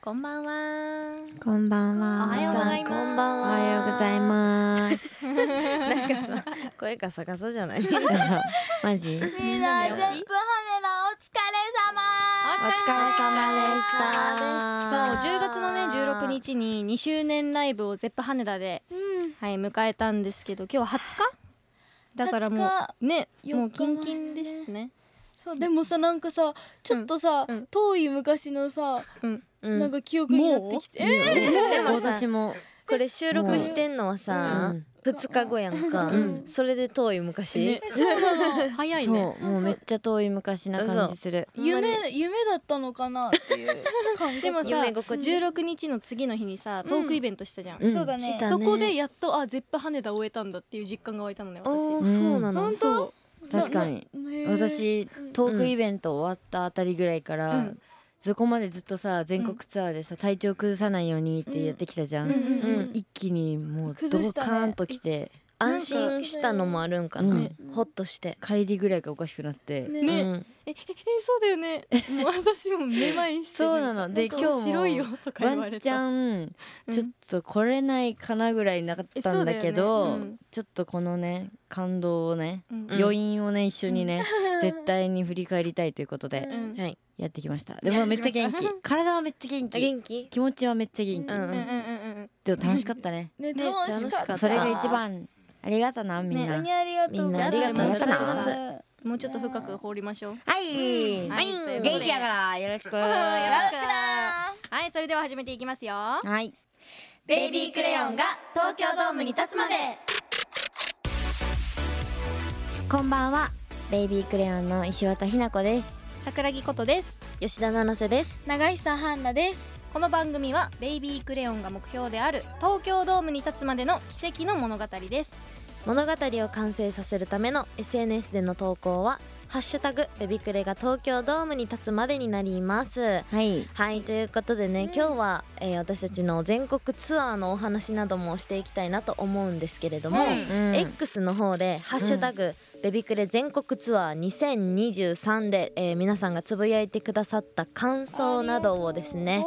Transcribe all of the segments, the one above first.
こんばんは。こんばんは。おはようございますさんこんばんは。おはようございます。なんかさ声が逆さじ ゃないみんなマジ。おみんな全部羽のお疲れ様。疲れ様でした。そう10月のね16日に2周年ライブをゼップ羽田で、はい、迎えたんですけど今日は20日だからもうね20もうキンキンですねそうでもさなんかさちょっとさ、うん遠い昔のさ、うんうんなんか記憶になってきて、えでもさ私もこれ収録してんのはさうん2日後やんかうんそれで遠い昔早いそうねもうめっちゃ遠い昔な感じする。ほんまに夢夢だったのかなって いう感覚でもさ夢心地16日の次の日にさトークイベントしたじゃん、うんそうだねしたそこでやっとあゼップ羽田終えたんだっていう実感が湧いたのねお私ーそうなの本当確かになへー私トークイベント終わったあたりぐらいかうらん。そこまでずっとさ全国ツアーでさ体調崩さないようにってやってきたじゃうんん、うんうんうん一気にもうド崩したカねーンときて安心したのもあるんかうなんほっとして帰りぐらいがおかしくなって、ねうねんえそうだよねもう私もめまいしてそうなのでなんか面白いよとかワ言われたンちゃんうんちょっと来れないかなぐらいなかったんだけえど、そうだよねうんちょっとこのね感動をね、うん余韻をね一緒にね、絶対に振り返りたいということうでんはいやってきましたでもめっちゃ元気体はめっちゃ元あ気元気気持ちはめっちゃ元気、うんうんうんうんでも楽しかったねねね楽しかっ楽しかたったそれが一番ありがとなみん本な、当にありがとうみんなありがとうございますうんもうちょっと深く掘りましょうはい、はいうんということで元気やからよろしくよろしくなはいそれでは始めていきますよはいベイビークレヨンが東京ドームに立つまでこんばんはベイビークレヨンの石渡ひな子です桜木ことです吉田七瀬です長久ハンナですこの番組はベイビークレヨンが目標である東京ドームに立つまでの奇跡の物語です物語を完成させるための SNS での投稿は「ハッシュタグベビクレが東京ドームに立つまで」になります。はいはいということでね、今日は、えー私たちの全国ツアーのお話などもしていきたいなと思うんですけれども、はいうん X の方で「ハッシュタグベビクレ全国ツアー2023で」えー皆さんがつぶやいてくださった感想などをですね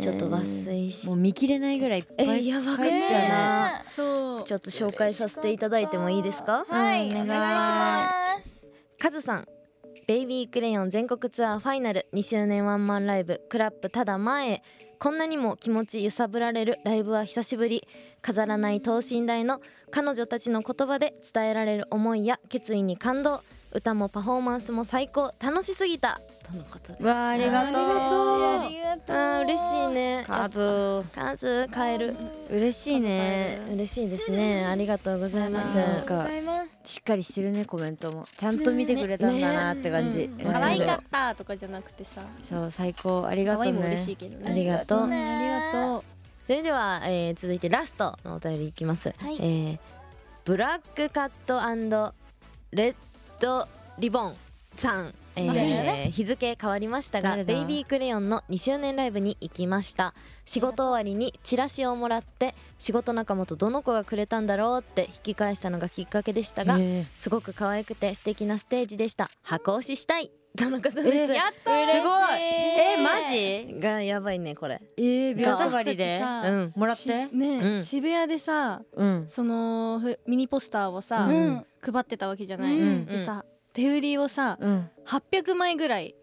ちょっと抜粋しもう見切れないぐらいいっぱえーいやばかっ書いてたあるな。そうちょっと紹介させていただいてもいいですかはい、うんお願いしますカズさんベイビークレヨン全国ツアーファイナル2周年ワンマンライブクラップただ前へこんなにも気持ち揺さぶられるライブは久しぶり飾らない等身大の彼女たちの言葉で伝えられる思いや決意に感動歌もパフォーマンスも最高楽しすぎたとのことですわあありがあとうりがとうあー嬉しいねカズカズ変える嬉しいね嬉しいですねありがとうございますありながんとうごかざいますしっかりしてるねコメントもちゃんと見てくれたんだなって感じ、ねうん可愛かったとかじゃなくてさそう最高ありが可と愛ういもね嬉しいけどねありがとうねありがとうそれでは、えー続いてラストのお便りいきます、えーブラックカットレッドリボンさん、えーあれだね日付変わりましたが誰「ベだイビークレヨン」の2周年ライブに行きました仕事終わりにチラシをもらって仕事仲間とどの子がくれたんだろうって引き返したのがきっかけでしたが、えすごく可愛くて素敵なステージでした箱押ししたい とのことえです、ーやすごいすごいえー、マジえがやばいねこれー、秒たばり私たでちさあうんもらってしね、うん渋谷でさうんそのふミニポスターをさ、うん配ってたわけじゃない、うんでさ手売りをさうん800枚ぐらい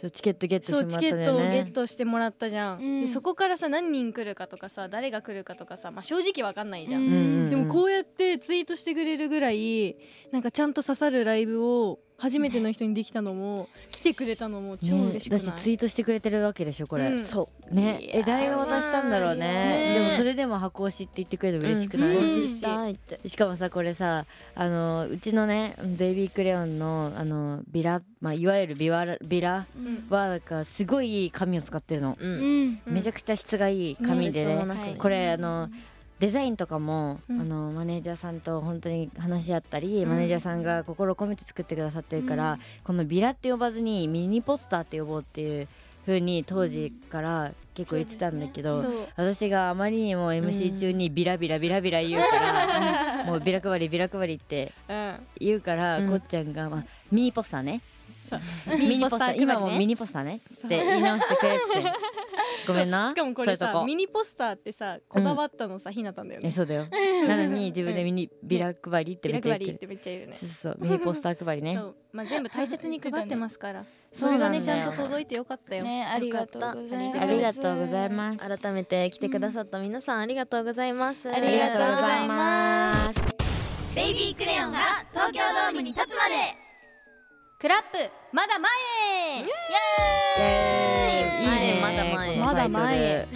そうチケットゲットしてそうもらチったんケだットをよゲねットしてもらったじゃん、うんでそこからさ何人来るかとかさ誰が来るかとかさ、まあ、正直わかんないじゃん、ううんうんうんでもこうやってツイートしてくれるぐらいなんかちゃんと刺さるライブを初めての人にできたのも来てくれたのも超嬉しくなねい、だしツイートしてくれてるわけでしょこれ、うんそうねいやーえ誰が渡したんだろうねねでもそれでも箱押しって言ってくれて嬉しくない、うんん押ししたいってしかもさこれさあのうちのねベイビークレヨンのあのビラ、まあ、いわゆるビワラビラうんはなんかすごいいい紙を使ってるの、うんうんめちゃくちゃ質がいい紙でとてつもねなくはいこれあのデザインとかも、うんあのマネージャーさんと本当に話し合ったり、マネージャーさんが心を込めて作ってくださってるから、このビラって呼ばずにミニポスターって呼ぼうっていう風に当時から結構言ってたんだけど、そう私があまりにも MC 中にビラビラビラビラ言うから、 もうビラ配りビラ配りってう言うから、うんこっちゃんが、まあ、ミニポスターねミニポスターミニポスター配りね今もミニポスターねって言い直してくれってごめんなしかもこれそういうとさこミニポスターってさこだわったのさひなたんだよえねそうだ よなのに自分でミニビラ配りってビめっラちゃ配言っりてってめるっちゃ言うねそうそうミニポスター配りねそうまあ全部大切に配ってますから そそうれがなんだねよちゃんと届いてよかったよねありがとうございますありがとうございます改めて来てくださった皆さんありがとうございますありがとうございますベイビークレヨンが東京ドームに立つまでクラップまだ前へイエーイいいねまだ前へこのタイトまルだ前へ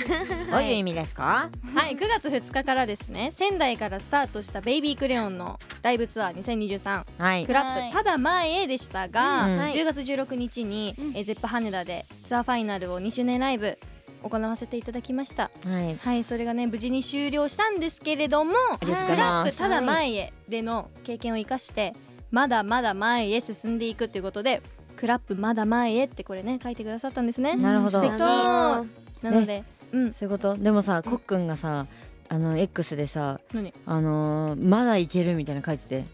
どういう意味ですかはい9月2日からですね仙台からスタートしたベイビークレヨンのライブツアー2023はいクラップただ前へでしたが、うん10月16日に、えーゼップ羽田でツアーファイナルを2周年ライブ行わせていただきましたはいはいそれがね無事に終了したんですけれどもあクりがとうございラまップすただ前へでの経験を生かしてまだまだ前へ進んでいくということでクラップまだ前へってこれね書いてくださったんですねなるほ素ど敵なので、うんそういうことでもさこっくんがさあの X でさ何あのーまだいけるみたいなの書いてて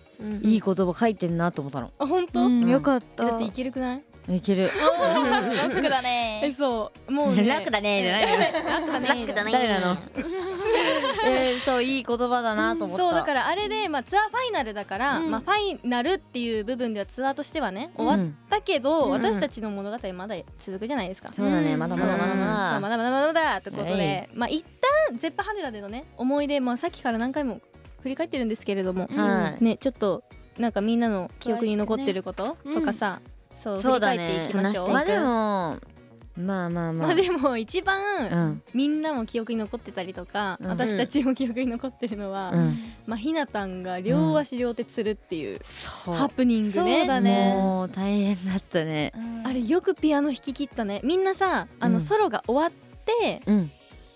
いい言葉書いてんなと思ったのあ本当、うえん、よかっだったていけるくないいけるロックだえねそうもう、ね、 楽だねじゃないの楽だね楽だね誰なのえーそういい言葉だなと思ったそうだからあれで、まあ、ツアーファイナルだから、うんまあ、ファイナルっていう部分ではツアーとしてはね終うわっんたけど、うん私たちの物語まだ続くじゃないですか。そうだねまだまだまだそうままだだまだまだまだということで、はいまあ一旦ゼッパ羽田でのね思い出、まあ、さっきから何回も振り返ってるんですけれども、だまだはいねちょっとなんかみんなの記憶に残ってることねとかさ、そうそう振だり返っていねきましょう。まあでもまあまあままああでも一番、うんみんなも記憶に残ってたりとか、うん私たちも記憶に残ってるのは、うんまあ、ひなたんが両足両手つるっていうそハうプニングねそうだねもう大変だったねうんあれよくピアノ弾き切ったねみんなさあうのんソロが終わってうん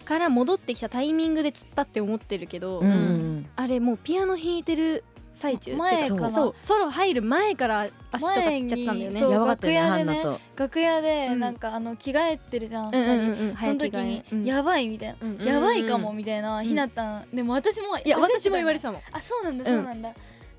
から戻ってきたタイミングで釣ったって思ってるけど、うんうんあれもうピアノ弾いてる最中前かなそうソロ入る前から足とかつっちゃってたんだよね前にそうやばかったよねハ楽屋でンねナと楽屋でうんなんかあの着替えてるじゃんうんうん二うんうん人その時にうんやばいみたいうんなやばいかもうんみたいなうんひなたんでも私もいや私も言われてたたもんあそうなんだうんそうなんだ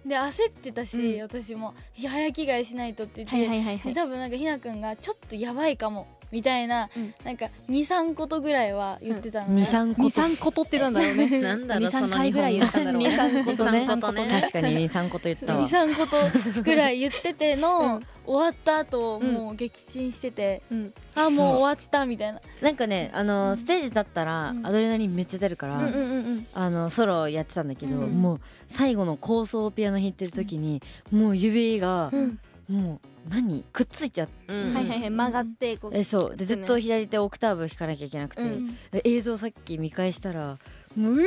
で焦ってたしうん私もいや早着替えしないとってはい言っはていはいはでい多分なんかひなくんがちょっとやばいかもみたいなうんなんか23ことぐらいは言ってたの二ね三個二三ことってなんだろうねなんだろう二その三回ぐらい言ったんだろう二三ことね二三ことね確かに二三個と言ったわ23ことぐらい言ってての終わった後うんもう撃沈しててうんあもうそう終わったみたいななんかねあのステージだったらうんアドレナリンめっちゃ出るかうんらうんうんうんあのソロやってたんだけど、うんもう最後の構想をピアノ弾いてる時に、もう指が、んもう何くっついちゃって、うんはいはいはい曲がってこうえそうでずっと左手オクターブ弾かなきゃいけなくて、うんで映像さっき見返したらもううわ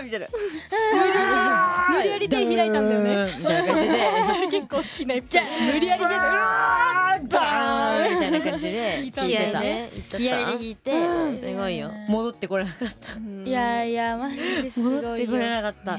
ーみたいな無理やり手開いたんだよねみたいな感じで 結構好きなエピソード無理やりうわーバーンみたいな感じで弾いてた気合で言っち気合でゃった弾いて、すごいよ戻ってこれなかったいやいやマジですごいよ戻ってこれなかった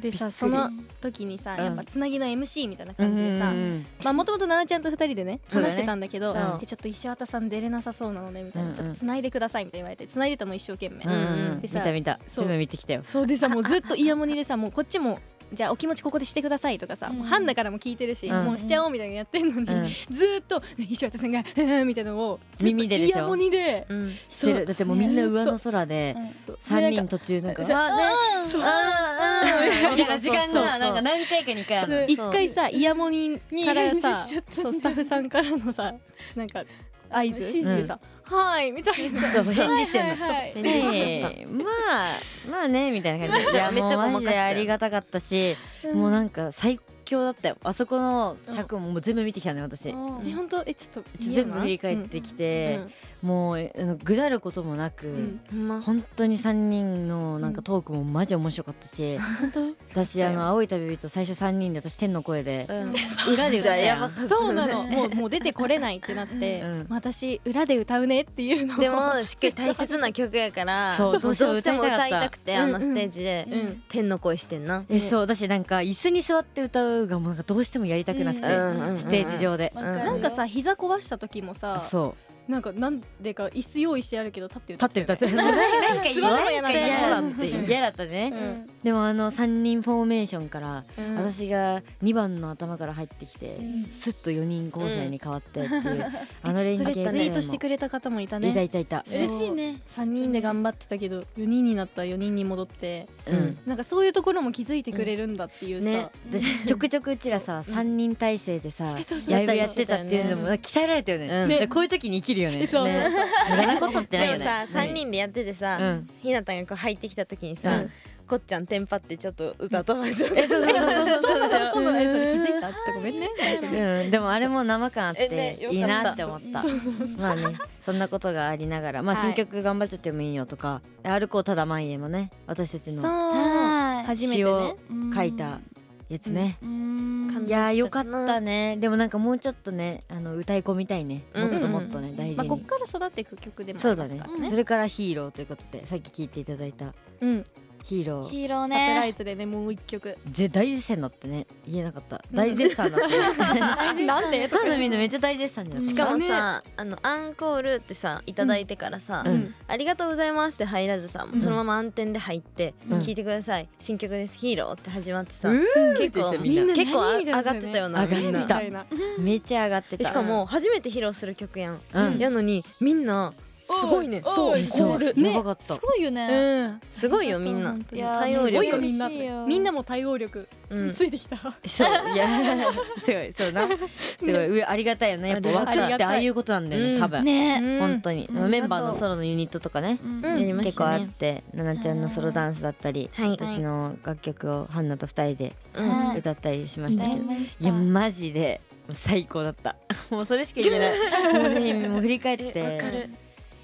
でさびっくそりの時にさうんやっぱつなぎの MC みたいな感じでさ、うんうんまあもともと奈々ちゃんと二人でねそうだね話してたんだけどそうえちょっと石渡さん出れなさそうなのでみたいな、うんうんちょっとつないでくださいみたいな言われてつないでたの一生懸命、うんうんうん見でさた見たそう全部見てきたよそうでさもうずっとイヤモニでさもうこっちもじゃあお気持ちここでしてくださいとかさ、うんもうハンナからも聞いてるし、うんもうしちゃおうみたいなやってんのに、うんずーっとね石渡さんが みたいなのをずっと耳ででしょイヤモニでうん知ってるだってもうみんな上の空でうん三人途中なんか「そうあねそうあーあーみたいな時間そうそうそがうなんか何回かに一回あるそうの一回さイヤモニからさにしちゃったそうスタッフさんからのさなんか合図指示でさ「はーい」みたいなそうそう返事してんのはいはいはい返事しちゃったねえまあまあねみたいな感じでいめっちやゃもうめっちゃごまマかジしてでありがたかったしうんもうなんか最強だったよあそこの尺ももう全部見てきたのよ私うんえ本当えちょっと見え全る部な振り返ってきうてんもうえあのぐだることもなくんほんま本当に3人のなんかトークもマジ面白かったし私あの青い旅人最初3人で私天の声 でうん裏でじゃ歌あったやばやんかったそうな のもうもう出てこれないってなって、うん私裏で歌うねっていうのを でもしっかり大切な曲やからそうどうしても歌いたくてどうあしても歌いたかったのステージでうんうん天の声してんなえそうだしなんか椅子に座って歌うがもうなんかどうしてもやりたくなくてうんステージ上でわかるよなんかさ膝壊した時もさそなんかなんでか椅子用意してあるけど立ってる立ってる立ってるなんかすごい嫌なんだよ嫌だっていう嫌だったね、うんでもあの3人フォーメーションから、うん私が2番の頭から入ってきて、んスッと4人構成に変わってっていう、あの連それ携ツイートしてくれた方もいたいたねいたいた、そう嬉しいね3人で頑張ってたけど4人になったら4人に戻ってうんなんかそういうところも気づいてくれるんだっていうさ、うんねでちょくちょくうちらさ3人体制でさそうそうライブやってたっていうのも鍛えられたよね,、うんこういう時に生きるよねそうそうね無駄なことってないでよもねさ何3人でやっててさ、うんひなたがこう入ってきた時にさ、うんこっちゃんテンパってちょっと歌飛ばしちゃっえてそうそうそうそうそうそうなのそれ気づいたちょっとごめんねうん、でもあれも生感あっえねてよかったいいなって思ったそうまあねそんなことがありながら、まあ、はい新曲頑張っちゃってもいいよとか「歩こうただ前へ」もね私たちのは初めてねい書いたやつね、うーん感動いやーしよかたかっなたねでもなんかもうちょっとねあの歌い込みたいねもっともっとね、大事まあ、に、こっから育っていく曲でもあそうりだますかねら、ねそれから「ヒーロー」ということでさっき聴いていただいたうん「ヒーロー」ヒーローサプラねイズでねもう一曲ぜ大絶賛だってね言えなかった大絶賛だった、 ね、なんでファンのみんなめっちゃ大絶賛だよ、うん しかもさ、あのアンコールってさいただいてからさ、うんありがとうございますって入らずさ、うんそのまま暗転で入って、うん聞いてください新曲ですヒーローって始まってさ、うーん結構ってみんなみんな結構あ何上がってたよな上がみんっなてたみいなめっちゃ上がってでたしかも初めて披露する曲やん、うんやのにみんなすごいねおいそおういそそううねやばかったすごいよねうんすごいよみんな本当にいやー対応力すごいよみんな嬉しいよみんなも対応力うんついてきたそういや すごいそうなすごい、うありがたいよねやっぱ枠ありっがてたいああいうことなんだよね、うん多分、ね本当に、うんメンバーのソロのユニットとかね、うんうんやりま結し構あたっねてななちゃんのソロダンスだったり、はい私の楽曲をハンナと二人でうんはい歌ったりしましたけど、歌いましたいやマジでもう最高だったもうそれしか言えないもうねもう振り返っ えわかてる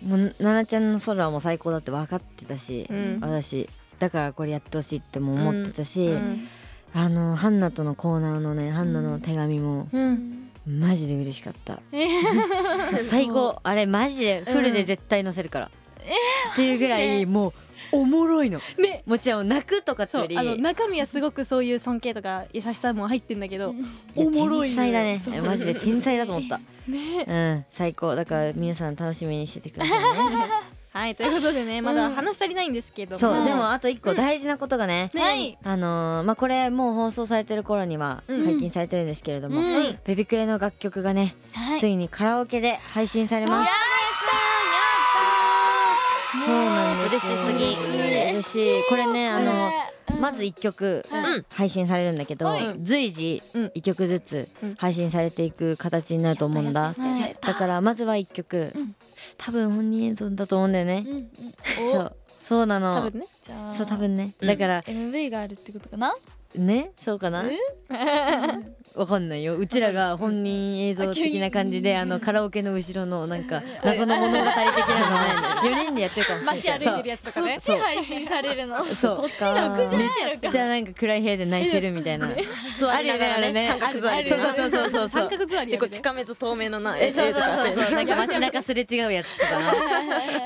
もうななちゃんのソロはもう最高だって分かってたし、うん私だからこれやってほしいっても思ってたし、うんあのハンナとのコーナーのねハンナの手紙も、うんマジで嬉しかったえ最高あれマジでフルで絶対載せるから、っていうぐらいもうおもろいのねもちろん泣くとかってそようりあの中身はすごくそういう尊敬とか優しさも入ってんだけどいやおもろい天よ才だねそうマジで天才だと思ったねうん最高だから皆さん楽しみにしててくださいねはいということでねまだ話し足りないんですけどもそうではもあと一個大事なことがね、はいあのーまあこれもう放送されてる頃にはうん解禁されてるんですけれども、うんはいベビクレの楽曲がね、はいついにカラオケで配信されますそうなんですよ嬉しすぎ嬉しいこれねあのうんまず1曲うん配信されるんだけど、はい随時うん1曲ずつうん配信されていく形になると思うんだ、はいだからまずは1曲、うん多分本人演奏だと思うんだよねう、んうんそおうそうな多の分ねじゃあそう多分ね、うんだから MV があるってことかなねそうかな わかんないようちらが本人映像的な感じであのカラオケの後ろのなんか謎の物語的なのね4人でやってるかもしれない街歩いてるやつとかそっねち配信されるのそうそっち楽じゃないのそうかじゃあなんか暗い部屋で泣いてるみたいな座りながらねあるよね三角座りでそうそうそうそうそう三角座りでやこめうて近めと透明のなえ絵そうそとうかそあってうそうなんか街中すれ違うやつとか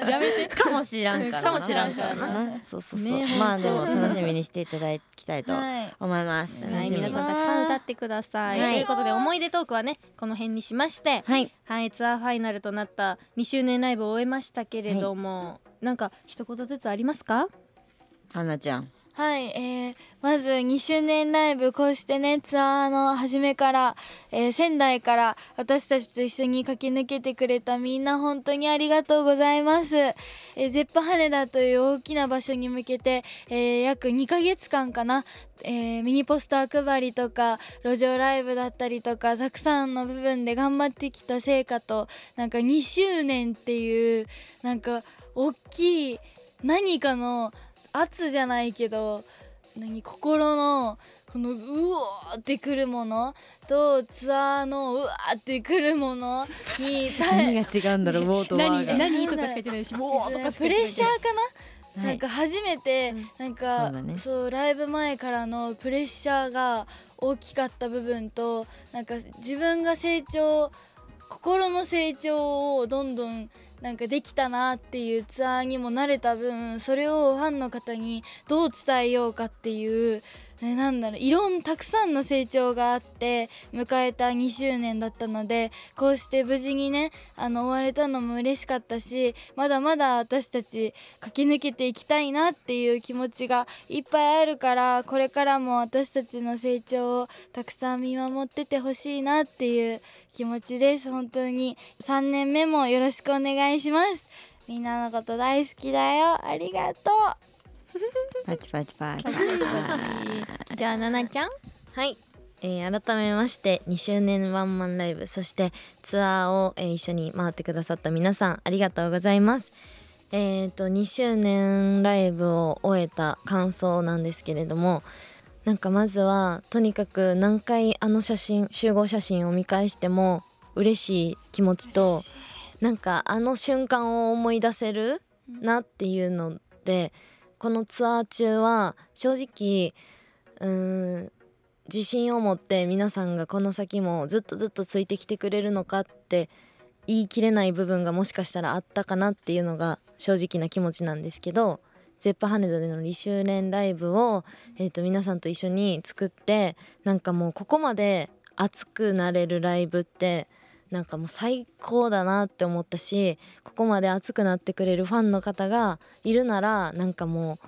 なやめてかもしらんからなかもしらんからなそうそうそう、ねまあでも楽しみにしていただきたいとはい思います、はい、楽しみ皆にさんたくさん歌ってください。はいということで思い出トークはねこの辺にしまして、はいはい、ツアーファイナルとなった2周年ライブを終えましたけれども、なんか一言ずつありますか？はなちゃんはい、えーまず2周年ライブこうしてねツアーの初めから、えー仙台から私たちと一緒に駆け抜けてくれたみんな本当にありがとうございます、えー、ゼッパ羽田という大きな場所に向けて、えー約2ヶ月間かな、えーミニポスター配りとか路上ライブだったりとかたくさんの部分で頑張ってきた成果となんか2周年っていうなんか大きい何かの圧じゃないけど何心のこのうおーってくるものとツアーのうわーってくるものに何 耐えが違うんだろうウォートワ何ーが何とかしか言ってないし、もうとかしかプレッシャーかな、はないんか初めてうんなんか、そうだねそうライブ前からのプレッシャーが大きかった部分となんか自分が成長心の成長をどんどんなんかできたなっていうツアーにも慣れた分それをファンの方にどう伝えようかっていうえなんだろういろんたくさんの成長があって迎えた2周年だったのでこうして無事にねあの終われたのも嬉しかったしまだまだ私たち駆け抜けていきたいなっていう気持ちがいっぱいあるからこれからも私たちの成長をたくさん見守っててほしいなっていう気持ちです本当に3年目もよろしくお願いしますみんなのこと大好きだよありがとうパチパチパチじゃあななちゃんはい、えー改めまして2周年ワンマンライブそしてツアーを、えー一緒に回ってくださった皆さんありがとうございます。えー、と2周年ライブを終えた感想なんですけれどもなんかまずはとにかく何回あの写真集合写真を見返しても嬉しい気持ちとなんかあの瞬間を思い出せるなっていうのでこのツアー中は正直うーん自信を持って皆さんがこの先もずっとずっとついてきてくれるのかって言い切れない部分がもしかしたらあったかなっていうのが正直な気持ちなんですけどゼッパ羽田での2周年ライブを、えー、と皆さんと一緒に作ってなんかもうここまで熱くなれるライブってなんかもう最高だなって思ったしここまで熱くなってくれるファンの方がいるならなんかもう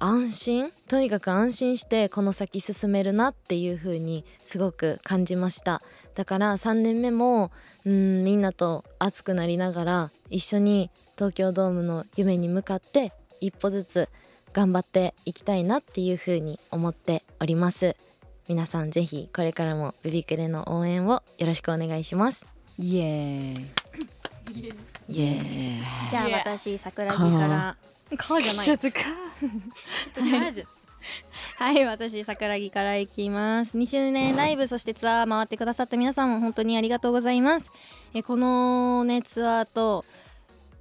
安心とにかく安心してこの先進めるなっていう風にすごく感じましただから3年目もうんみんなと熱くなりながら一緒に東京ドームの夢に向かって一歩ずつ頑張っていきたいなっていう風に思っております皆さんぜひこれからもビビクレの応援をよろしくお願いしますイエーイイエーイじゃあいや私桜木から顔じゃないはい私桜木からいきます2周年ライブそしてツアー回ってくださった皆さんも本当にありがとうございますえこのねツアーと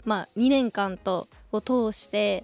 まあ2年間とを通して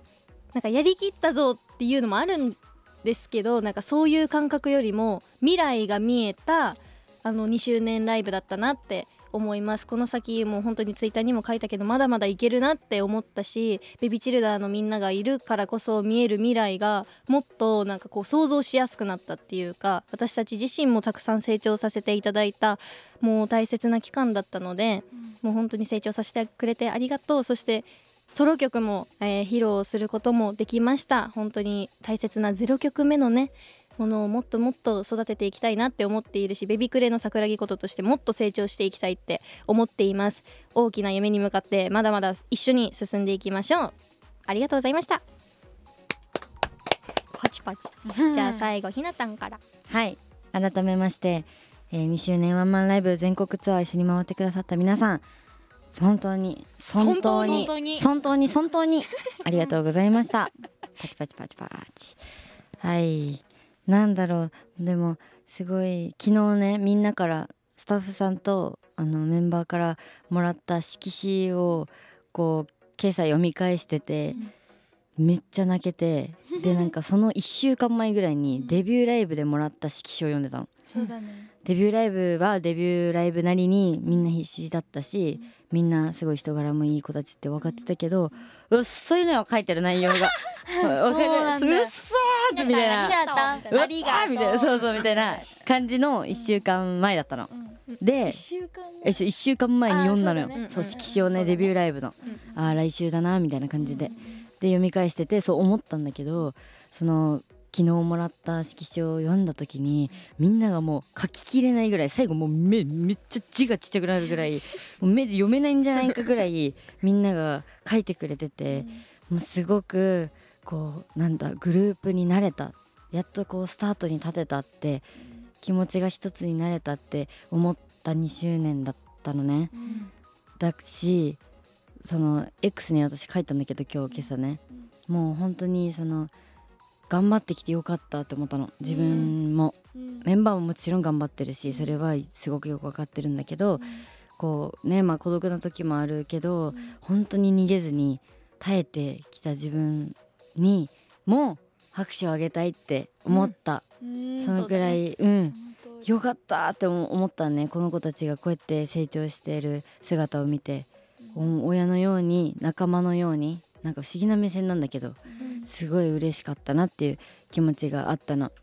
なんかやりきったぞっていうのもあるんですけどなんかそういう感覚よりも未来が見えたあの2周年ライブだったなって思いますこの先もう本当にツイッターにも書いたけどまだまだいけるなって思ったしベビーチルダーのみんながいるからこそ見える未来がもっとなんかこう想像しやすくなったっていうか私たち自身もたくさん成長させていただいたもう大切な期間だったので、もう本当に成長させてくれてありがとうそしてソロ曲も、えー披露することもできました本当に大切な0曲目のねものをもっともっと育てていきたいなって思っているしベビクレの桜木こととしてもっと成長していきたいって思っています大きな夢に向かってまだまだ一緒に進んでいきましょうありがとうございましたパチパ チじゃあ最後ひなたんからはい改めまして、えー、2周年ワンマンライブ全国ツアー一緒に回ってくださった皆さん本当に本当に本当に本当に本当にありがとうございましたパチパチパチパチはいなんだろうでもすごい昨日ねみんなからスタッフさんとあのメンバーからもらった色紙をこう今朝読み返してて、めっちゃ泣けて でなんかその1週間前ぐらいにデビューライブでもらった色紙を読んでたの。そうだねデビューライブはデビューライブなりにみんな必死だったし、みんなすごい人柄もいい子たちって分かってたけど、うっそいのよ書いてる内容が そうなんだうっそーみたいなひなたんうっありがさーみたいなとそううそうみたいな感じの1週間前だったの、うんで一週間え1週間前に読んだのよあーそ,、そううだねうんうん色紙をね、そうだねデビューライブの、ああ来週だなみたいな感じで、で読み返しててそう思ったんだけどその昨日もらった色紙を読んだ時にみんながもう書ききれないぐらい最後もう目めっちゃ字がちっちゃくなるぐらい もう目で読めないんじゃないかぐらいみんなが書いてくれてて、もうすごくこうなんだグループになれたやっとこうスタートに立てたって気持ちが一つになれたって思った2周年だったのね。だしその X に私書いたんだけど今日今朝ね、もう本当にその頑張ってきてよかったって思ったの自分も、メンバーももちろん頑張ってるしそれはすごくよく分かってるんだけど、こうねまあ孤独な時もあるけど、本当に逃げずに耐えてきた自分にも拍手をあげたいって思った、そのくらいうんよかったって思思ったねこの子たちがこうやって成長している姿を見て、お親のように仲間のようになんか不思議な目線なんだけどすごい嬉しかったなっていう気持ちがあったの、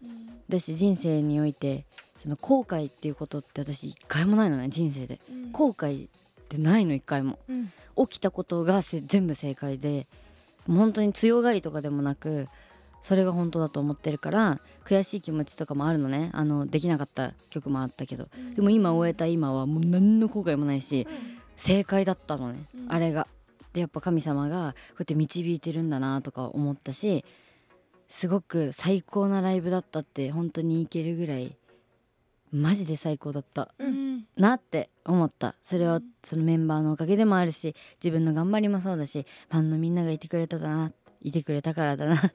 だし人生においてその後悔っていうことって私一回もないのね人生で、後悔ってないの一回も、うん起きたことがせ全部正解でもう本当に強がりとかでもなくそれが本当だと思ってるから悔しい気持ちとかもあるのねあのできなかった曲もあったけど、でも今終えた今はもう何の後悔もないし、正解だったのね、あれが。でやっぱ神様がこうやって導いてるんだなとか思ったしすごく最高なライブだったって本当にいけるぐらいマジで最高だったうんなって思ったそれはそのメンバーのおかげでもあるし自分の頑張りもそうだしファンのみんながいてくれただないてくれたからだなっ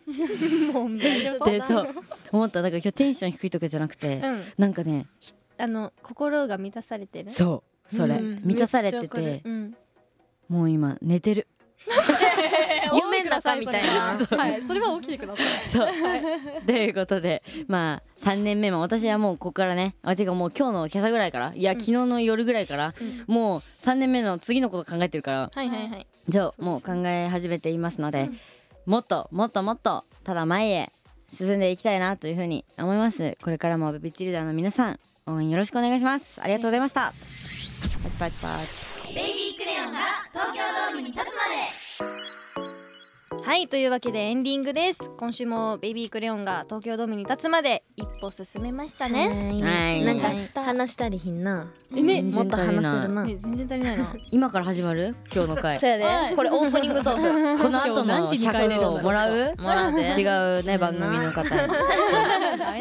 もうめっちゃそうてそう思っただから今日テンション低いとかじゃなくて、うんなんかねあの心が満たされてるそうそれ、うん満たされてめっちゃわかてうんもう今寝てる夢の中みたいなはいそれは起きてくださいそうということでまあ3年目も私はもうここからねあてかもう今日の今朝ぐらいからいや昨日の夜ぐらいから、もう3年目の次のこと考えてるからはいはいはいじゃあもう考え始めていますので、もっともっともっとただ前へ進んでいきたいなというふうに思いますこれからもベビッチリーダーの皆さん応援よろしくお願いしますありがとうございました、パチパチパチベイビークレヨンが東京ドームに立つまではいというわけでエンディングです今週もベイビークレヨンが東京ドームに立つまで一歩進めましたねはいなんか話したりひんなえねもっと話せるなね全然足りないな今から始まる今日の回 そうやで、はいこれオープニングトークこの後の尺度をもらうもらうで 違うね番組の方に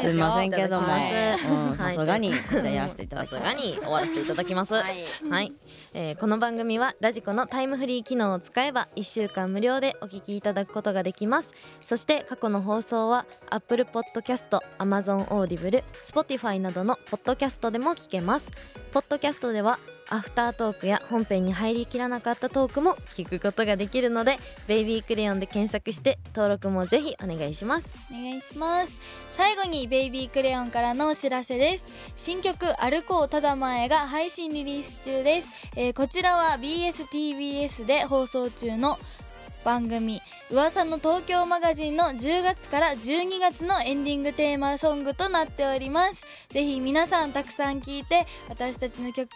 すいませんけどもいただきますうんさすがにこちらやらせていたださきすますがに終わらせていただきますはい、えーこの番組はラジコのタイムフリー機能を使えば1週間無料でお聞きいただくことができますそして過去の放送は Apple Podcast、Amazon Audible、Spotify などのポッドキャストでも聞けますポッドキャストではアフタートークや本編に入りきらなかったトークも聞くことができるのでベイビークレヨンで検索して登録もぜひお願いしますお願いします最後にベイビークレヨンからのお知らせです新曲歩こうただ前が配信リリース中です、えーこちらは BSTBS で放送中の番組噂の東京マガジンの10月から12月のエンディングテーマソングとなっておりますぜひ皆さんたくさん聴いて私たちの曲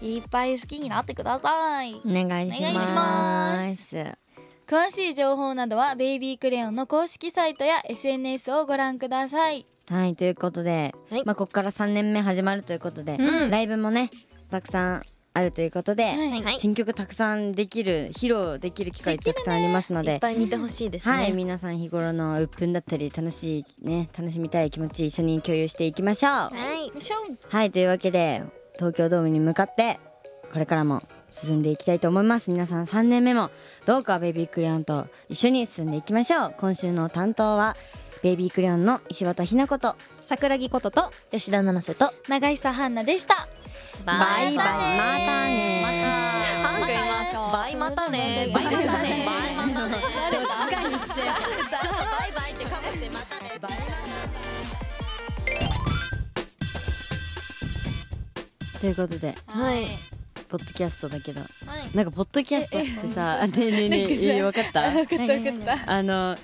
いっぱい好きになってくださいお願いしお願いしまます詳しい情報などはベイビークレヨンの公式サイトや SNS をご覧くださいはいということで、はいまあここから3年目始まるということで、うんライブもねたくさんあるということで、はいはい新曲たくさんできる披露できる機会たくさんありますのいでっぱい見てほしいですね、はい皆さん日頃の鬱憤だったり楽しいね楽しみたい気持ち一緒に共有していきましょうはい、はいよいしょというわけで東京ドームに向かってこれからも進んでいきたいと思います皆さん3年目もどうかベイビークレヨンと一緒に進んでいきましょう今週の担当はベイビークレヨンの石渡ひなこと桜木ことと吉田七瀬と長久ハンナでしたバイバイまたねまたねバイまたねバイまたねバイまたねちょっとバイバイってかぶってまたねということではいポッドキャストだけど、いなんかポッドキャストってさ、あねえねえねえええ、わかった。わかったった。あの、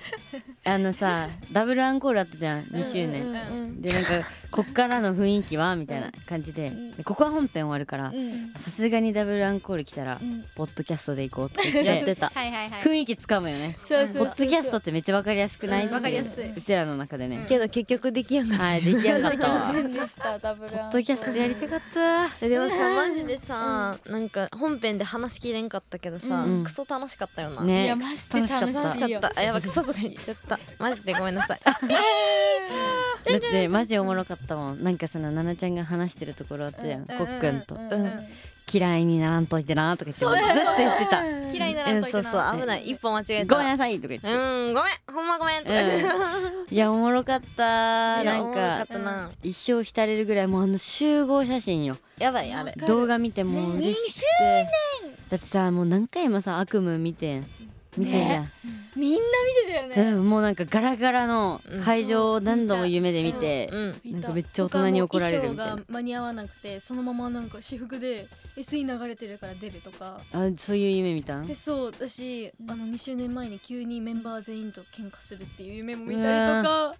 あのさ、ダブルアンコールあったじゃん、2周年。で、なんか、こっからの雰囲気はみたいな感じで、でここは本編終わるから、さすがにダブルアンコール来たら、ポッドキャストで行こうって 言ってたはいはいはい雰囲気つかむよね。そうポッドキャストってめっちゃわかりやすくないわかりやすい。うちらの中でね。けど結局できやんかっはい、出来上がったわ。ポんでしたダブルアッンドキャストやりたかった。たでもさマジでさなんか本編で話しきれんかったけどさうんクソ楽しかったよなトいねや、マジで楽し楽しかったいよ楽しかったあやばいクソとか言っちゃったマジでごめんなさいだってマジおもろかったもんなんかその奈々ちゃんが話してるところあったじゃん、こっくんと、うん嫌いにならんといてな」とか言ってずっと言ってた「嫌いなうらんといそてうなそう危ない一歩間違えごめんたなさい」とか言っうて、んごめんほんまごめんとか言っていやおもろかったいやなおんもろかかったな一生浸れるぐらいもうあの集合写真よやばいあれ動画見てもう嬉しくてだってさもう何回もさ悪夢見てん見てんじゃん、みんな見てたよねうん、もうなんかガラガラの会場を何度も夢で見てう、んなんかめっちゃ大人に怒られるみたいな間に合わなくてそのままなんか私服で SE 流れてるから出るとかあそういう夢見たんでそう私あの2周年前に急にメンバー全員と喧嘩するっていう夢も見たりとかあ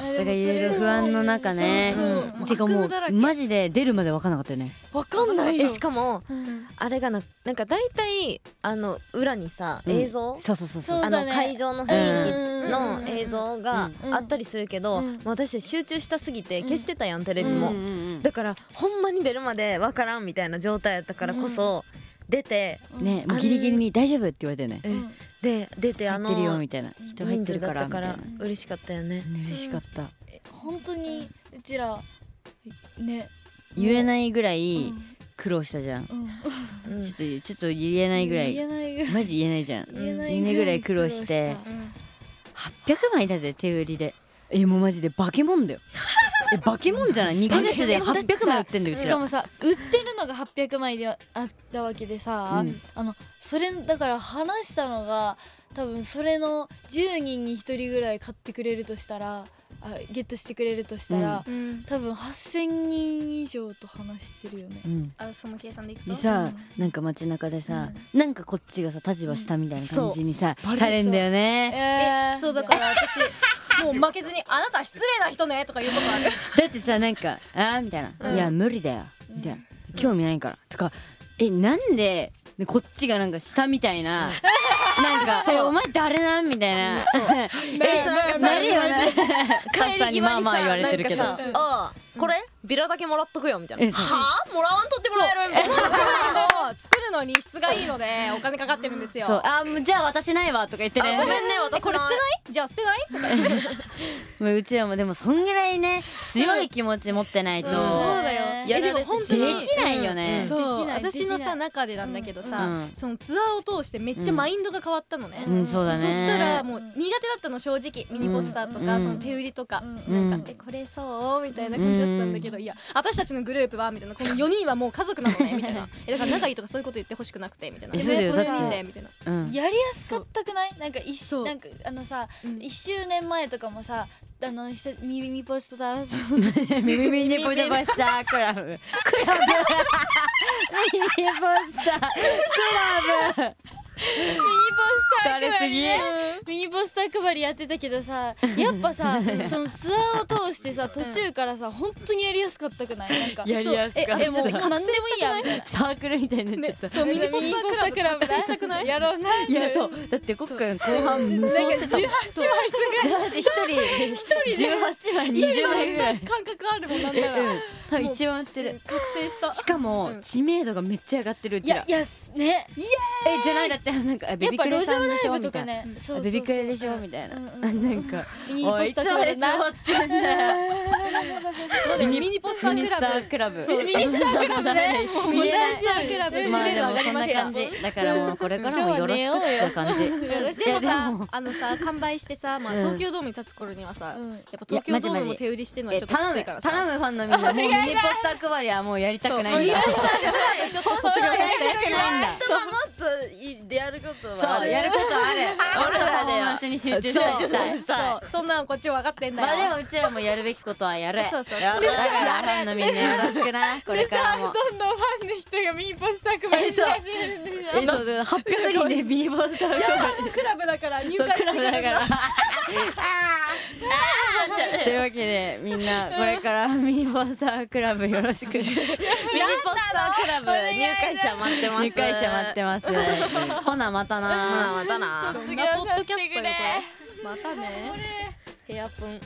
だでからもいろいろ不安の中ねそうそううんてか悪も夢だらうけマジで出るまで分かんなかったよねわかんないえよしかもうんあれがななんか大体あの裏にさうん映像、そうそうそうそうそあうだのね会場のうん雰囲気うのん映像がうんあったりするけど、うん私集中したすぎて消してたやん、テレビうんも、うんうんだからほんまに出るまでわからんみたいな状態やったからこそ、出てうんねもうギリギリに「大丈夫?」って言われたよねえうんで出てあ入ってるよのみたいな人入って人数るだかっらたみたかいなら嬉しかったよねね嬉しかったえ本当にうちらね言えないぐらうんい苦労したじゃんちうんうんょっとちょっと言えないぐらい言えないぐらいマジ言えないじゃん言えない言えないぐらい苦労して800枚だぜ手売りでえもうマジでバケモンだよえバケモンじゃない2ヶ月でバケモンだって800さ枚売ってんだようしちからもさ売ってるのが800枚であったわけでさ、うんあのそれだから話したのが多分それの10人に1人ぐらい買ってくれるとしたらあゲットしてくれるとしたら、うん多分8,000人以上と話してるよね。うんあその計算でいくとでさなんか街中でさなんかこっちがさ立場下みたいな感じにさそうされんだよねえそうだから私 もう負けずに「あなた失礼な人ね」とか言うことあるだってさなんか「あー」みたいな「いや無理だよ」みたいな「興味ないから」とか「えなんで?」でこっちがなんか下みたいななんか「えお前誰なん?」みたいな えそうなんかさなるよね簡帰り際単ににさまあまあ言われてるけどなんかさああこれビラだけもらっとくよみたいえなそうはあもらわんとってもらえるみたいなもう作るのに質がいいのでお金かかってるんですよそうあーもうじゃあ渡せないわとか言ってあねごめんね私えこれ捨てないじゃあ捨てないとかもううちらもでもそんぐらいね強い気持ち持ってないとそうだよねやられてえでも本で当にきないよね。そうできない私のできなさい中でなんだけどさ、うんそのツアーを通してめっちゃマインドが変わったのね、うん、そうだね。そしたらもううん苦手だったの正直ミニポスターとか、うんその手売りとか、うんなんかえこれそうみたいな感じだったんだけど、いや私たちのグループはみたいなこの4人はもう家族なのねみたい なえだから仲いいとかそういうこと言ってほしくなくてみたいなえそうだよこだのって4人でみたいな、うん、やりやすかったくないなんか一そうなんかあのさうん1周年前とかもさあのひさ耳ポスト だ ミミミニポイドバスタークラブ。クラブ。ミニポスタークラブ。ミニポスター疲れす配りぎねミニポスター配りやってたけど さやっぱさそのツアーを通してさ途中からさ本当にやりやすかったくないなんかやりやすかったそうええもう何でもいいやみたいなサークルみたいになっちゃった。そうミニポスタークラブだしたくないやろうないいやそうだって今回後半無双なんかしてた18枚すぐらいだって一人一人十八枚二十枚ぐらい感覚あるもんなんなら、うん多分一番売ってる覚醒したしかもうん知名度がめっちゃ上がってるういちやらいやすねえじゃないだってなんかあベやっビぱクレ路さ上んラでしイょブみとたいかなねそうそうそベうビクレでしょみたいなうんうんあなんかミニおポいスいタつー配までりな座ってんだよそうだよミニポスタミーニクスタラーブクラブミニスタークラブねもう見大えない事だクラブ知まあ名で度上がりもそんなました感じだからもうこれからもよろしく今日は寝ようよって感じよろしでもいさやでもあのさ完売してさ、まあ、うん東京ドームに立つ頃にはさ、うんやっぱ東京ドームも手売りしてるのはえちょっとき頼ついむから頼むさファンのみんなもうミニポスター配りはもうやりたくないんだそうちょっと卒業させてやりたくないんだ人はもっといいでやることはあそうるやることある俺らパフォーマンスに集中集した中いしたいそうそんなのこっちは分かってんだまあよ、でもうちらもやるべきことはやるそうそうやるだからファンのみんなよろしくなこれからもどんどんファンの人がミニポスター配りし始めるんでしょえそう800 人でミニポスター配りクラブだから入そう会クしラてブくだかれるら。というわけでみんなこれからミニポスタークラブよ ろしくミニポスタークラブ入会者待ってます入会者待ってます。 ほなまたな。またなそんなポッドキャストよこれまたねヘアプン